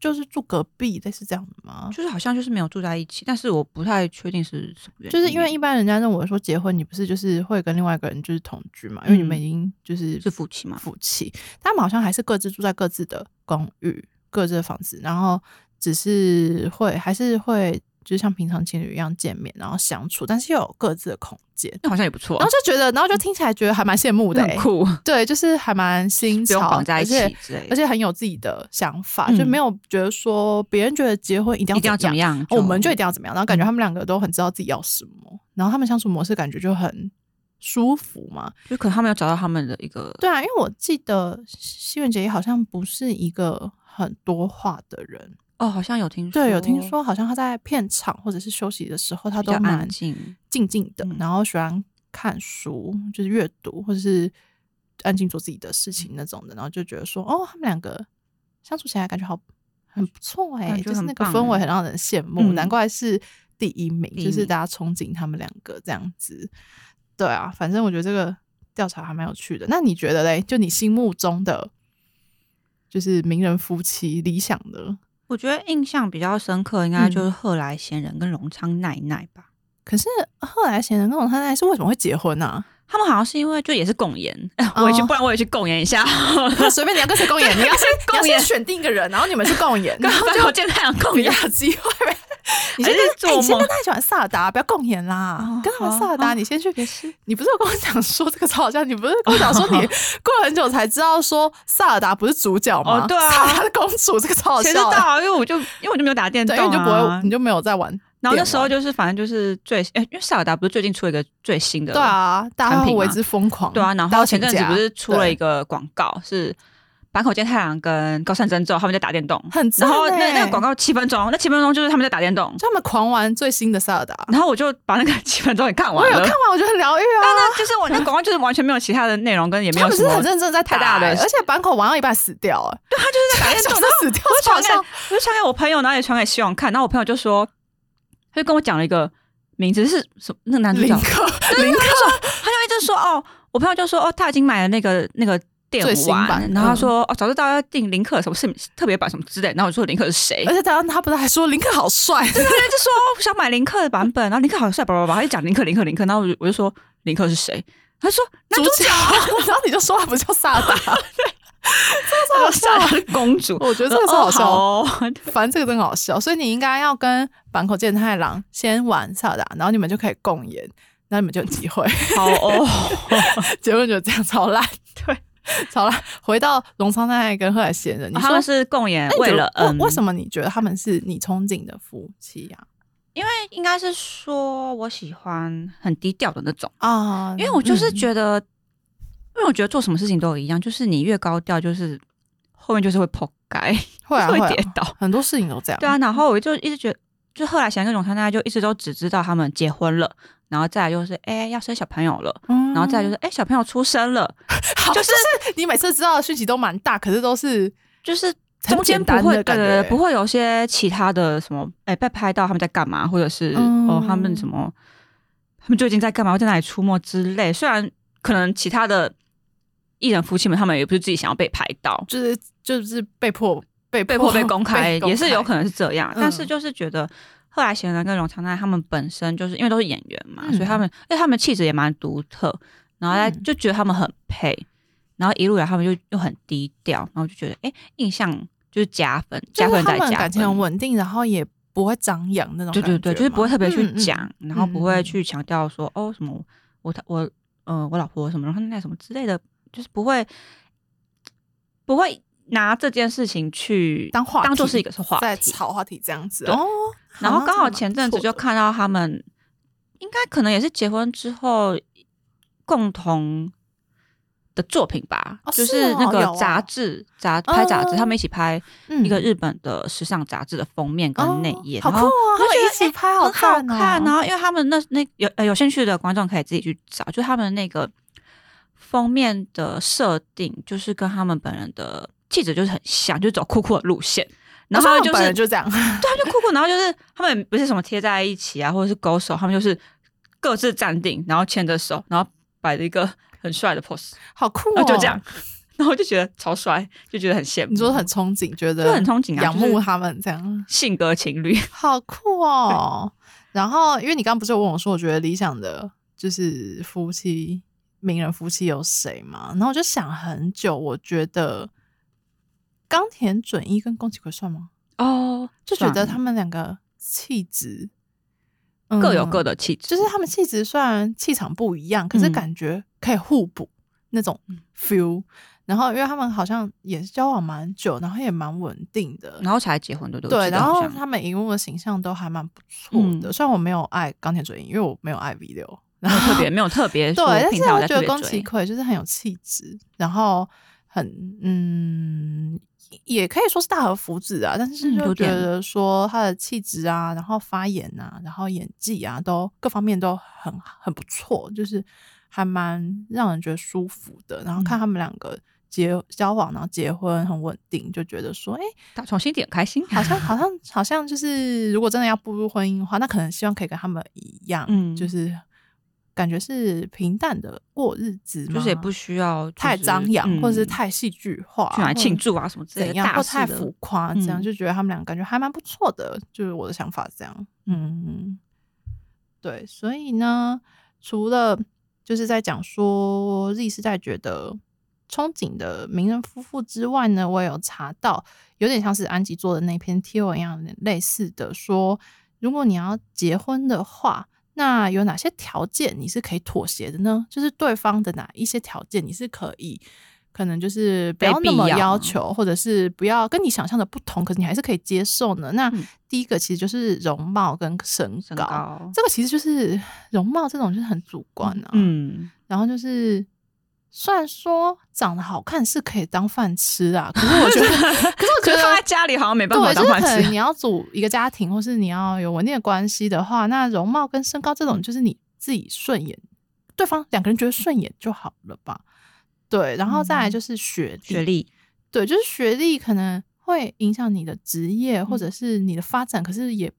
A: 就是住隔壁，类似这样的吗？
B: 就是好像就是没有住在一起，但是我不太确定是什么原因，
A: 就是因为一般人家认为说结婚，你不是就是会跟另外一个人就是同居嘛，因为你们已经就是
B: 嗯是夫妻嘛，
A: 夫妻，他们好像还是各自住在各自的公寓、各自的房子，然后只是会还是会就是像平常情侣一样见面，然后相处，但是又有各自的空间，
B: 那好像也不错
A: 然
B: 啊
A: 后，就觉得，然后就听起来觉得还蛮羡慕的、
B: 很
A: 欸，
B: 酷，
A: 对，就是还蛮新
B: 不用
A: 潮，
B: 绑在
A: 而
B: 一起
A: 且
B: 之类的，
A: 而且很有自己的想法，
B: 嗯
A: 就没有觉得说别人觉得结婚一定要
B: 一定要
A: 怎
B: 怎
A: 么
B: 么
A: 样，
B: 样，
A: 哦
B: 哦
A: 我们就一定要怎么样，然后感觉他们两个都很知道自己要什么，然后他们相处模式感觉就很舒服嘛，
B: 就可能他们有找到他们的一个
A: 对啊，因为我记得西元姐好像不是一个很多话的人，
B: 哦，好像有听说，
A: 对，有听说好像她在片场或者是休息的时候，她
B: 比
A: 都
B: 较
A: 蛮
B: 安静，
A: 静静的
B: 嗯，
A: 然后喜欢看书，就是阅读或者是安静做自己的事
B: 嗯
A: 情那种的，然后就觉得说，哦，他们两个相处起来感觉好很不错哎、
B: 感觉
A: 就是
B: 很
A: 那个
B: 棒
A: 氛
B: 欸
A: 围很让人羡慕，
B: 嗯
A: 难怪是第一名，
B: 第一
A: 就是
B: 名
A: 大家憧憬他们两个这样子。对啊，反正我觉得这个调查还蛮有趣的。那你觉得嘞？就你心目中的就是名人夫妻理想的，
B: 我觉得印象比较深刻应该
A: 嗯
B: 就是贺来贤人跟荣昌奈奈吧。
A: 可是后来显然跟我太太是为什么会结婚 啊？
B: 他们好像是因为就也是共演， 我也去，
A: 哦
B: 不然我也去共演一下，
A: 那随便你要跟谁 共演，你要先
B: 共演
A: 你要先选定一个人，然后你们去共 演，
B: 跟
A: 然后
B: 反正我
A: 就
B: 见太阳共
A: 比
B: 演
A: 较。有机会 呗。你先
B: 还是
A: 跟、哎你先
B: 做梦
A: 跟他喜欢萨尔达，不要共演啦，
B: 哦
A: 跟他们萨尔达，
B: 好
A: 你先去。
B: 也是，
A: 你不是有跟我讲说这个超好笑？你不是跟我讲说 你过了很久才知道说萨尔达不是主角吗？
B: 哦对啊
A: 萨尔达是公主，这个超好
B: 谁知
A: 笑的。啊
B: 道？因为我就因为我就没有打电动、
A: 对，
B: 啊，
A: 因为你就不会，嗯你就没有在玩。
B: 然后那时候
A: 就
B: 就是反正就是最，哎、因为塞尔达不是最近出了一个最新的
A: 对啊，大家
B: 产
A: 会
B: 品嘛
A: 为之疯狂。
B: 对啊，然
A: 大
B: 后
A: 家
B: 前
A: 请
B: 阵子
A: 假
B: 不是出了
A: 对
B: 一个广告是坂口健太郎跟高山真宙他们在打电动，
A: 很
B: 然
A: 赞
B: 后那
A: 欸
B: 那个广告七分钟，那七分钟就是他们在打电动，
A: 就他们狂玩最新的萨尔达，
B: 然后我就把那个七分钟也看
A: 我
B: 完
A: 有
B: 了，
A: 看完，我觉得很疗愈啊。
B: 但那就是我那广告就是完全没有其他的内容，跟也没
A: 他
B: 有
A: 们
B: 什
A: 是
B: 么，
A: 很认真在打
B: 太大的
A: 欸而且坂口玩到一半死掉、欸，
B: 对他就是在打电
A: 小
B: 动，哦
A: 时候死掉
B: 我就
A: 超
B: 传
A: 好
B: 给
A: 笑。
B: 我就传给我朋友，然后也传给希望看，然后我朋友就说，他就跟我讲了一个名字是什么，那个男主角，
A: 林
B: 他
A: 克，林克
B: 就一直说哦，我朋友就说哦，他已经买了那个那个。电
A: 最新
B: 玩
A: 版，
B: 然后他
A: 嗯
B: 说、哦，早知道要订林克什么是特别版什么之类，然后我说林克是谁？
A: 而且他他不是还说林克好 帅，
B: 对对，就说哦想买林克的版本，然后林克好帅，叭叭叭，他就讲林克林克林克，然后我就我就说林克是谁？他说男 主
A: 角，啊然后你就说他不叫萨达，
B: 角我想她是公主，
A: 我觉得这个是好
B: 哦
A: 笑。
B: 哦。
A: 反正这个真的好笑，所以你应该要跟坂口健太郎先玩萨达，然后你们就可以共演，然后你们就有机会。
B: 好哦，
A: 结论就这样，超烂，
B: 对，
A: 超烂。回到龙仓奈奈跟贺来贤人，你
B: 哦他
A: 说
B: 们是共演
A: 那你觉
B: 为
A: 得
B: 了嗯，
A: 为为什么你觉得他们是你憧憬的夫妻啊呀？
B: 因为应该是说我喜欢很低调的那种，
A: 啊，
B: 因为我就是
A: 嗯
B: 觉得，因为我觉得做什么事情都一样，就是你越高调，就是后面就是会破盖，
A: 会啊
B: 会
A: 会
B: 跌
A: 啊，
B: 倒。
A: 很多事情都这样。
B: 对啊，然后我就一直觉得，就后来想跟永昌大家就一直都只知道他们结婚了，然后再来就是哎、要生小朋友了，
A: 嗯，
B: 然后再来就是哎、小朋友出生了，
A: 好
B: 就
A: 就是是你每次知道的讯息都蛮大，可是都是
B: 就是。
A: 很
B: 中间
A: 简
B: 不
A: 单
B: 会，
A: 的
B: 对
A: 感
B: 对对，
A: 觉
B: 不会有些其他的什么，哎、被拍到他们在干嘛，或者是、
A: 嗯
B: 哦，他们什么，他们最近在干嘛，在哪里出没之类。虽然可能其他的艺人夫妻们，他们也不是自己想要被拍到，
A: 就是就是被迫哦 被
B: 被迫被公开，也是有可
A: 能。
B: 能是这样。
A: 嗯
B: 但是就是觉得后来贤人跟荣昌奈他们本身就是因为都是演员嘛，
A: 嗯
B: 所以他们，因为他们气质也蛮独特，然后大家
A: 嗯
B: 就觉得他们很配，然后一路来他们就又很低调，然后就觉得哎、诶印象就是加分，
A: 就
B: 加
A: 是
B: 分
A: 他
B: 再
A: 们
B: 加
A: 感情很
B: 分。
A: 稳定，然后也不会张扬那种
B: 对
A: 感觉
B: 对
A: 嘛。
B: 对，就是不会特别去讲，
A: 嗯嗯
B: 然后不会
A: 嗯
B: 去强调说、哦什么我他我呃我老婆什么，然后那什么之类的，就是不会不会拿这件事情去
A: 当话题
B: 当做是一个是话
A: 在
B: 题，
A: 炒话题这样子
B: 对
A: 哦。
B: 然后
A: 啊
B: 刚好前阵子就，看到他们，应该可能也是结婚之后共同的作品吧，
A: 哦
B: 就是是那
A: 哦有
B: 个
A: 哦
B: 杂志、杂拍杂志，
A: 嗯
B: 他们一起拍
A: 这蛮不错的嗯
B: 一个日本的时尚杂志的封面跟内页，
A: 哦好
B: 然
A: 酷
B: 后
A: 啊！他
B: 我
A: 们
B: 就觉得
A: 一起拍，
B: 很好
A: 看哦
B: 看。啊然后因为他们那那有呃有兴趣的观众可以自己去找，就他们那个封面的设定，就是跟他们本人的气质就是很像，就是走酷酷的路线。然后
A: 哦所
B: 他
A: 以他们
B: 们就
A: 本
B: 是
A: 人就这样，
B: 对，他们就酷酷，然后就是他们不是什么贴在一起啊，或者是勾手，他们就是各自站定，然后牵着手，然后摆了一个很帅的 pose，
A: 好酷
B: 然
A: 哦！
B: 后就这样， 然后我就觉得超帅，就觉得很羡慕，
A: 你说很憧憬，觉
B: 就
A: 得
B: 很憧憬啊，
A: 仰
B: 就
A: 慕
B: 是
A: 他们这样，
B: 性格情侣，
A: 好酷哦。然后，因为你刚刚不是有问我说，我觉得理想的就是夫妻名人夫妻有谁嘛？然后我就想很久，我觉得冈田准一跟宫崎葵算吗？
B: 哦，
A: 就觉得他们两个气质、嗯
B: 各有各的气质，
A: 就是他们气质虽然气场不一样，可是
B: 嗯
A: 感觉可以互补那种 feel。然后，因为他们好像也是交往蛮久，然后也蛮稳定的，
B: 然后才结婚，对不
A: 对，然后
B: 他
A: 他们荧幕的形象都还蛮不错的。
B: 嗯
A: 虽然我没有爱钢铁水银，因为我没有爱 V 六，然后
B: 特别没有特别
A: 对，
B: 说，
A: 但
B: 平
A: 是
B: 常
A: 我
B: 在
A: 觉得
B: 特别
A: 宫崎
B: 追，
A: 葵就是很有气质，然后很嗯，也可以说是大和福子啊，但是
B: 嗯
A: 就
B: 有
A: 觉
B: 点
A: 得说她的气质啊，然后发言啊，然后演技啊，都各方面都很很不错，就是还蛮让人觉得舒服的。然后看
B: 嗯
A: 他们两个结交往，然后结婚很稳定，就觉得说，哎、
B: 打从心底很开心，
A: 好像 好像好像就是，如果真的要步入婚姻的话，那可能希望可以跟他们一样，
B: 嗯
A: 就是感觉是平淡的过日子嘛，
B: 就是也不需要
A: 太张扬，或者是
B: 太。嗯
A: 太戏剧化，
B: 去哪里庆祝啊什么之
A: 或者
B: 类的，
A: 怎样，
B: 大
A: 或
B: 事
A: 太
B: 的
A: 浮夸，这样、
B: 嗯
A: 就觉得他们俩感觉还蛮不错的，就是我的想法是这样，嗯，对，所以呢，除了就是在讲说 Z 世代觉得憧憬的名人夫妇之外呢，我也有查到，有点像是安吉做的那篇贴文一样，有点类似的说，如果你要结婚的话。那有哪些条件你是可以妥协的呢？就是对方的哪一些条件你是可以，可能就是不
B: 被
A: 要那
B: 必
A: 么
B: 要
A: 要
B: 吗
A: 求，或者是不要跟你想象的不同，可是你还是可以接受呢？那
B: 嗯
A: 第一个其实就是容貌跟身
B: 身高，
A: 这个其实就是容貌这种就是很主观啊。，
B: 嗯，
A: 然后就是虽然说长得好看是可以当饭吃啊，可是我 觉得，可是我
B: 可
A: 觉
B: 是放在
A: 得。
B: 家里好像没办法
A: 对，就
B: 当
A: 是
B: 饭
A: 可能
B: 吃，啊
A: 你要组一个家庭，或是你要有稳定的关系的话，那容貌跟身高这
B: 嗯
A: 种，就是你自己顺眼，对方两个人觉得顺眼就好了吧？对，然后再来就是学历，
B: 嗯学历，
A: 对，就是学历可能会影响你的职业或
B: 嗯
A: 者是你的发展，可是也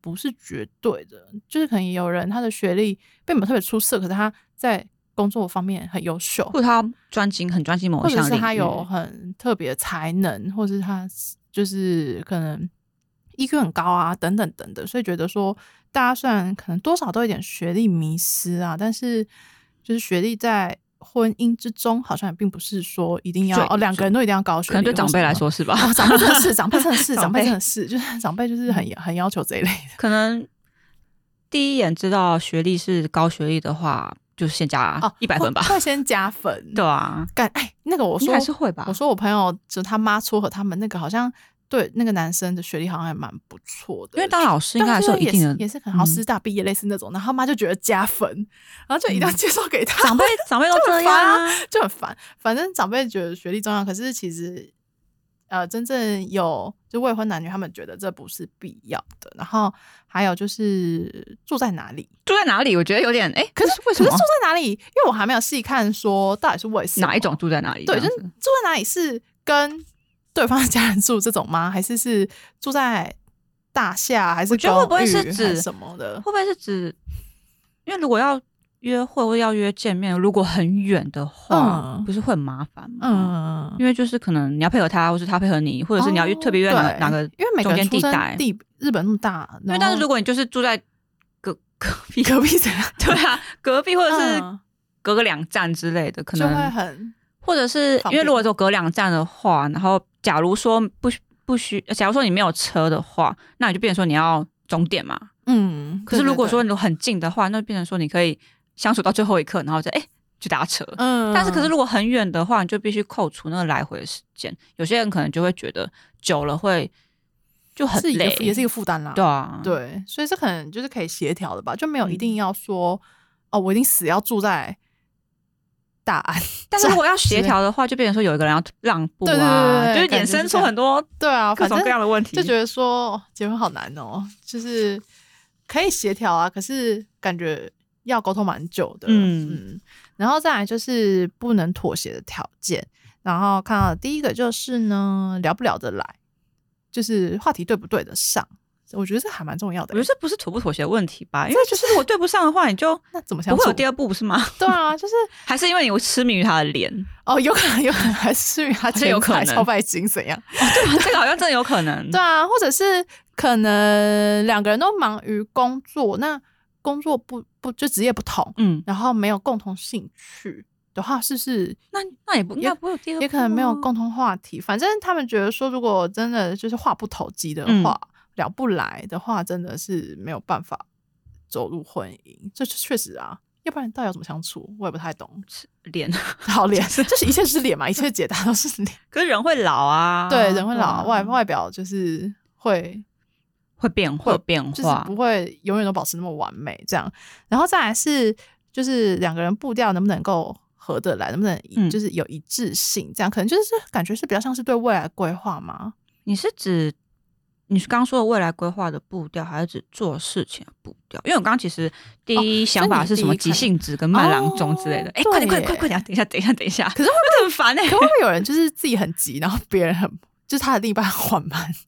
A: 不是绝对的。就是可能有人他的学历并没有特别出色，可是他在工作方面很优秀，
B: 或者他专精很专精某
A: 或
B: 一
A: 者
B: 项
A: 是
B: 领域，
A: 他有很特别的才能，或是他就是可能 EQ 很高啊，等等等等，所以觉得说，大家虽然可能多少都有点学历迷失啊，但是就是学历在婚姻之中，好像也并不是说一定要
B: 最
A: 哦，两个人都一定要高学
B: 可
A: 历，
B: 能对长辈来。说是吧？
A: 哦，长辈真的是，长辈真的是，长
B: 长
A: 辈
B: 辈嗯
A: 真的是，就是 长辈就是很很要求这一类的。
B: 可能第一眼知道学历是高学历的话，就先加
A: 哦，
B: 一百分吧，
A: 会会先加分。
B: 对啊，
A: 干哎，那个我
B: 应
A: 说
B: 该还是会吧
A: 我。说我朋友就他妈撮合他们那个，好像对那个男生的学历好像还蛮不错的，
B: 因为当老师应
A: 但
B: 该还是有一
A: 也
B: 定的
A: 也是可能好
B: 嗯
A: 师大毕业类似那种，然后他妈就觉得加分，然后就一定要 介绍给他，
B: 嗯长辈，长辈都这样啊，
A: 就很烦。反正长辈觉得学历重要，可是其实呃，真正有就未婚男女，他们觉得这不是必要的。然后还有就是住在哪里，
B: 住在哪里？我觉得有点哎，
A: 可是
B: 为什
A: 可
B: 么
A: 是住在哪里？因为我还没有细看说到底是为什么
B: 哪一种住在哪里？
A: 对，
B: 这
A: 就
B: 样
A: 是
B: 子
A: 住在哪里是跟对方的家人住这种吗？ 还是是住在大厦？还是
B: 我觉得会不会
A: 公寓
B: 是
A: 还
B: 指
A: 什么的
B: 会？不会是指，因为如果要约会或要约见面，如果很远的话，
A: 嗯
B: 不是会很麻烦吗？
A: 嗯，
B: 因为就是可能你要配合他，或是他配合你，或者是你要约
A: 哦
B: 特别约哪
A: 对
B: 哪个，
A: 因为每个
B: 中
A: 人
B: 间
A: 出
B: 地
A: 生
B: 带。
A: 地日本那么大，
B: 因为但是如
A: 果
B: 果你就是住在隔隔壁，
A: 隔壁怎样，
B: 对啊，隔壁或者是
A: 嗯
B: 隔个两站之类的，可
A: 就会
B: 能
A: 很
B: 或者是
A: 方
B: 因为
A: 便
B: 如果说隔两站的话，然后假如说不需不需，假如说你没有车的话，那你就变成说你要终点嘛。
A: 嗯。对
B: 可是
A: 对
B: 如果
A: 对
B: 说你很近的话，那变成说你可以相处到最后一刻，然后再哎、去搭车。
A: 嗯，
B: 但是可是如果很远的话，你就必须扣除那个来回的时间。有些人可能就会觉得久了会就很
A: 嗯是一个
B: 累
A: 负，也是一个负担啦。
B: 对啊，
A: 对，所以这可能就是可以协调的吧，就没有一
B: 嗯
A: 定要说哦，我一定死要住在大安。
B: 但是如果要协
A: 类
B: 调的话，就变成说有一个人要让步
A: 对对对
B: 啊，
A: 对对
B: 就是衍生出很多
A: 对啊，
B: 各
A: 反
B: 种
A: 正
B: 各样的问题，
A: 就觉得说哦结婚好难哦，就是可以协调啊，可是感觉要沟通蛮久的。
B: 嗯
A: 然后再来就是不能妥协的条件。然后看到的第一个就是呢，聊不聊得来，就是话题对不对得上。我觉得这还蛮重要
B: 我
A: 的
B: 觉
A: 欸、
B: 得这不是妥不妥协的问题吧，因为就是如果对不上的话，你就
A: 那怎么
B: 不
A: 相
B: 会
A: 处
B: 有？第二步，不是吗？
A: 对啊，就是
B: 还是因为你会痴迷于他的 脸？哦
A: 哦，有可能，有可能还是他
B: 这有
A: 钱
B: 可
A: 财
B: 能
A: 超拜金怎样？
B: 对啊，这个好像真的有可能。
A: 对啊，或者是可能两个人都忙于工作，那工作不不就职业不同，
B: 嗯，
A: 然后没有共同兴趣的话，是不是
B: 那那也不应该不会有第二步啊，
A: 也可能没有共同话题？反正他们觉得说，如果真的就是话不投机的
B: 嗯
A: 话，聊不来的话，真的是没有办法走入婚姻。这确实啊。要不然到底要怎么相处？我也不太懂。
B: 脸。
A: 好脸，就是一切是脸嘛，一切解答都是脸。
B: 可是人会老啊，
A: 对，人会
B: 啊
A: 老，外外表就是会
B: 会变会有变
A: 就是
B: 化
A: 不，会永远都保持那么完美这样。然后再来是，就是两个人步调能不能够合得来，能不能一、
B: 嗯
A: 就是有一致性，这样可能就是感觉是比较像是对未来规划 嘛。
B: 你是指你是刚说的未来规划的步调，还是指做事情的步调？因为我刚刚其实第一想法是什
A: 哦所
B: 么
A: 以你第一
B: 急性子跟慢郎中之类的。
A: 哦
B: 哎、快点
A: 对
B: 快点
A: 耶
B: 快点快点，等一下等一下等一下，
A: 可是会
B: 我 很烦哎、
A: 可会不会有人就是自己很急，然后别人很就是他的另一半很缓慢？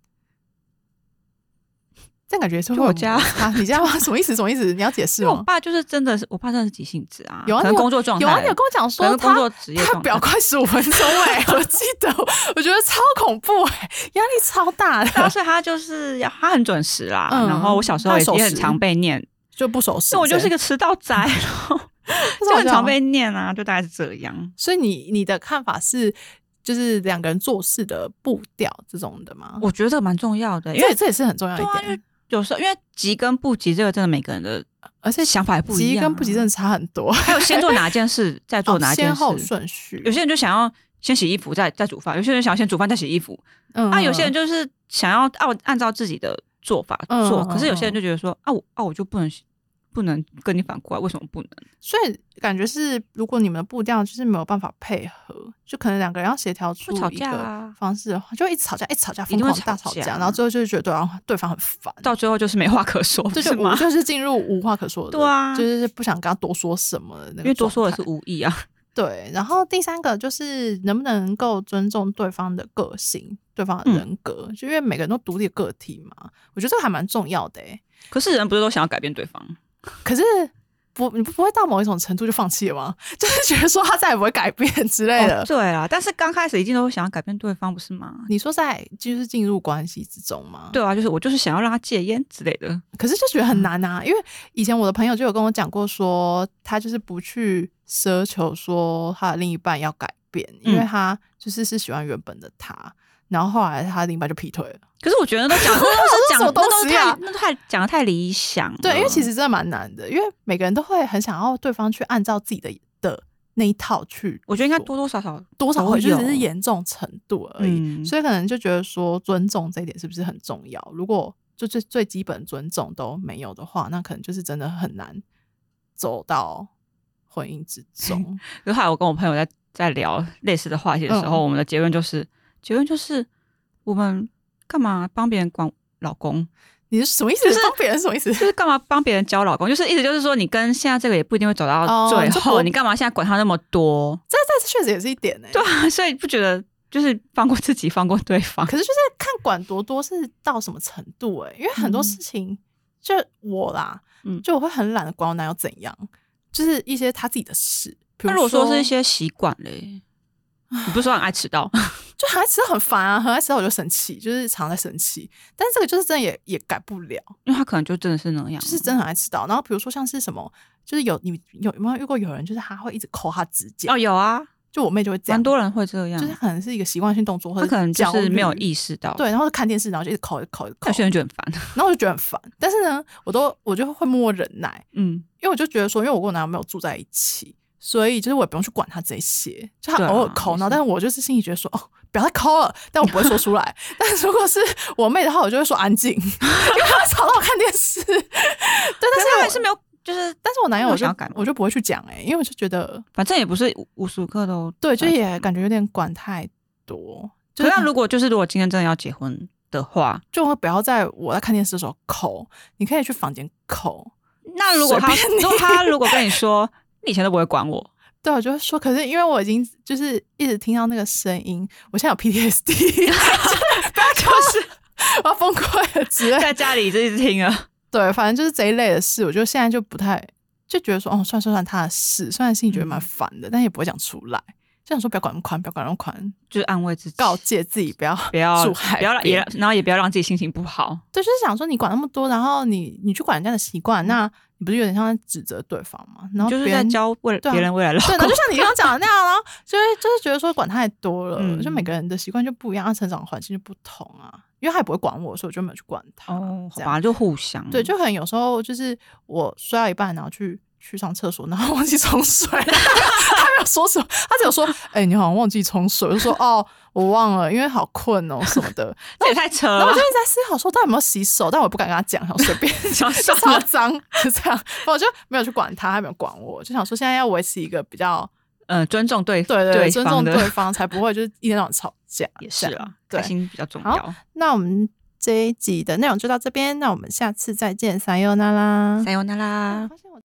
A: 这样感觉是会
B: 就我家
A: 啊，你家吗？什 么意思？什么意思？你要解释
B: 因为我
A: 吗？
B: 爸就是真的是，我爸真的是急性子啊，
A: 哦有啊
B: 可能
A: 你有
B: 工作状态，
A: 有啊，你有跟我讲
B: 可能
A: 说
B: 工
A: 他
B: 作职业
A: 他
B: 状态
A: 表快十五分 钟哎、我记得，我觉得超恐怖哎、压力超大的，
B: 对 啊所以他就是要他很准时啦。
A: 嗯
B: 然后我小时候
A: 他
B: 也
A: 守时
B: 也很常被念，
A: 就不守时
B: 所以我就是
A: 这样
B: 个迟到仔，然后
A: 这
B: 就
A: 好哦
B: 很
A: 像
B: 常被念啊，就大概是这样。
A: 所以你你的看法是，就是两个人做事的步调这种的吗？
B: 我觉得这个蛮重要的，因
A: 这
B: 为
A: 这也是很重要
B: 对啊
A: 一
B: 因为
A: 点，
B: 有时候因为急跟不急，这个真的每个人的
A: 而且
B: 想法也不一
A: 急
B: 样、啊
A: 跟不急真的差很多，
B: 还有先做哪件 事，再做哪件
A: 先
B: 事。
A: 后顺序
B: 有。些人就想要先洗衣服，再再煮饭；有些人想要先煮饭，再洗衣服。
A: 嗯
B: 啊，有些人就是想要按按照自己的做法
A: 嗯
B: 做，
A: 嗯
B: 可是有些人就觉得说啊，我啊我就不能不能跟你反过来，为什么不能？
A: 所以感觉是，如果你们的步调就是没有办法配合，就可能两个人要协调出
B: 会吵
A: 一
B: 架
A: 个
B: 啊，
A: 方式的话，就一直吵架，一直吵架，
B: 定
A: 疯
B: 会
A: 狂大
B: 吵
A: 吵
B: 架啊
A: 架，然后最后就会觉得对方对方很烦，
B: 到最后就是没话可说，
A: 这
B: 是
A: 就无
B: 吗？
A: 就是进入无话可 说的，
B: 对啊
A: 就是不想跟他多说什么的那个状态，
B: 因为 多说的是无意啊，
A: 对，然后第三个就是能不能够尊重对方的个性、对方的
B: 嗯
A: 人格，就因为每个人都独立的个体嘛，我觉得这个还蛮重要的欸诶、
B: 可是人不是都想要改变对方？
A: 可是不，你不会到某一种程度就放弃了吗？ 就是觉得说他再也不会改变之类的。嗯
B: 哦对啦，但是刚开始一定都会想要改变对方，不是吗？
A: 你说在就是进入关系之中吗？
B: 对啊，就是我就是想要让他戒烟之类的。
A: 可是就觉得很难
B: 嗯
A: 啊，因为以前我的朋友就有跟我讲过说他就是不去奢求说他的另一半要改变，因为
B: 嗯
A: 他就是是喜欢原本的他，然后后来他另一半就劈腿了。
B: 可是我觉得那都讲，那 都是
A: 这是什
B: 讲，
A: 么
B: 那都
A: 东
B: 是
A: 西啊
B: 太，那都太讲的太理想了。
A: 对，因为其实真的蛮难的，因为每个人都会很想要对方去按照自己的的那一套去，
B: 我觉得应该多多少少
A: 多少会
B: 都有
A: 就只是严重程度而已，
B: 嗯
A: 所以可能就觉得说尊重这一点是不是很重要？如果就最最基本尊重都没有的话，那可能就是真的很难走到婚姻之 中。
B: 就后来我跟我朋友在在聊类似的话题的时候，
A: 嗯
B: 我们的结论就是，结论就是我们干嘛帮别人管 老公，
A: 你是什么意思？
B: 就是
A: 帮别人什么意思？
B: 就是干嘛帮别人教老公，就是意思就是说，你跟现在这个也不一定会走到
A: 哦
B: 最
A: 就
B: 后，
A: 不
B: 你干嘛现在管他那么多？
A: 这这确实也是一点欸呢、
B: 对啊，所以不觉得就是放过自己，放过对方。
A: 可是就是看管多多是到什么程度哎、因为很多
B: 嗯
A: 事情，就我啦，
B: 嗯
A: 就我会很懒得管我男友怎样，就是一些他自己的事。比
B: 那如果说是一，些习惯嘞，你不是说很爱迟到？
A: 就很爱迟到很烦啊，很爱迟到我就生气，就是常在生气。但是这个就是真的也也改不了，
B: 因为他可能就真的是那样，
A: 就是真的很爱迟到。然后比如说像是什么，就是有你有有没有遇过有人就是他会一直抠他指甲？
B: 哦，有啊，
A: 就我妹就会这样，
B: 蛮多人会这样
A: 就是，可能是一个习惯性动作，或
B: 他
A: 者
B: 可能就
A: 焦
B: 是没有
A: 虑
B: 意识到，，
A: 对，然后就看电视，然后就一直抠一直 抠一直抠
B: 有，些人就很烦，
A: 然后我就觉得很烦。但是呢，我都我就会默默忍耐，
B: 嗯，
A: 因为我就觉得说，因为我跟我男友没有住在一起，所以就是我也不用去管他这些，就他
B: 对啊
A: 偶尔抠，
B: 也
A: 然
B: 是
A: 后但是我就是心里觉得说，哦，不要再抠了，但我不会说出来。 但是如果是我妹的话，我就会说安静， 因为她会吵到我看电视。 对，
B: 但
A: 但
B: 是
A: 是
B: 他
A: 我
B: 还是没有，就是
A: 但是我男友
B: 那
A: 我
B: 有
A: 就
B: 想要改吗
A: 我就不会去讲哎、欸因为我就觉得
B: 反正也不是无无时无刻都
A: 对，就
B: 在
A: 也感觉有点管太多，
B: 啊可
A: 就是
B: 那如果就是如果今天真的要结婚的 话，
A: 就会不要在我在看电视的时候抠，你可以去房间抠。
B: 那如果他
A: 随便你
B: 如果他如果跟你说你以前都不会管我，
A: 对，我就会说，可是因为我已经 就是一直听到那个声音，我现在有 PTSD，
B: 就是
A: 我要崩溃了之类的。
B: 在家里就一直 听啊。
A: 对，反正就是这一类的事，我就现在就不太就觉得说，哦，算算算他的事，虽然心里觉得
B: 嗯
A: 蛮烦的，但也不会讲出来。就想说不要管那么宽，不要管那么宽，
B: 就是安慰自己，
A: 告诫自己不要
B: 不要
A: 住海
B: 不要让也
A: 边
B: 然后也不要让自己心情不好。
A: 对，就是想说你管那么多，然后你你去管人家的习惯，那你不是有点像在指责对方吗？然后
B: 就是
A: 别
B: 在
A: 人
B: 教未
A: 对啊
B: 别人未来老
A: 对，然后
B: 公
A: 就像你刚刚讲的那 样，然后啊就会就是觉得说管太多了，
B: 嗯
A: 就每个人的习惯就不一样，成长环境就不同啊。因为他也不会管我，所以我就没有去管 他。
B: 哦，
A: 这
B: 好
A: 样
B: 吧，就互相
A: 对，就可能有时候就是我睡到一半，然后去去上厕所，然后忘记冲 水，他没有说什么，他只有说：“哎、你好像忘记冲水。”我就说：“哦，我忘了，因为好困哦什么 的。
B: 这也太扯
A: 然后我
B: 了，
A: 就一。直在思考说，到底有没有洗手，但我不敢跟他讲，想随便
B: 想
A: 就
B: 算
A: 超
B: 了
A: 脏，就这样。我就没有去管他，他没有管我，就想说现在要维持一个比较
B: 呃，尊重对
A: 对对对尊
B: 方
A: 重
B: 的
A: 对方，才不会就是一天到晚吵 架。
B: 也是
A: 这样
B: 啊，
A: 对
B: 开心比较重
A: 好
B: 要。
A: 那我们这一集的内容就到这边，那我们下次再见，撒由那拉。
B: 撒由那拉。
A: 发现我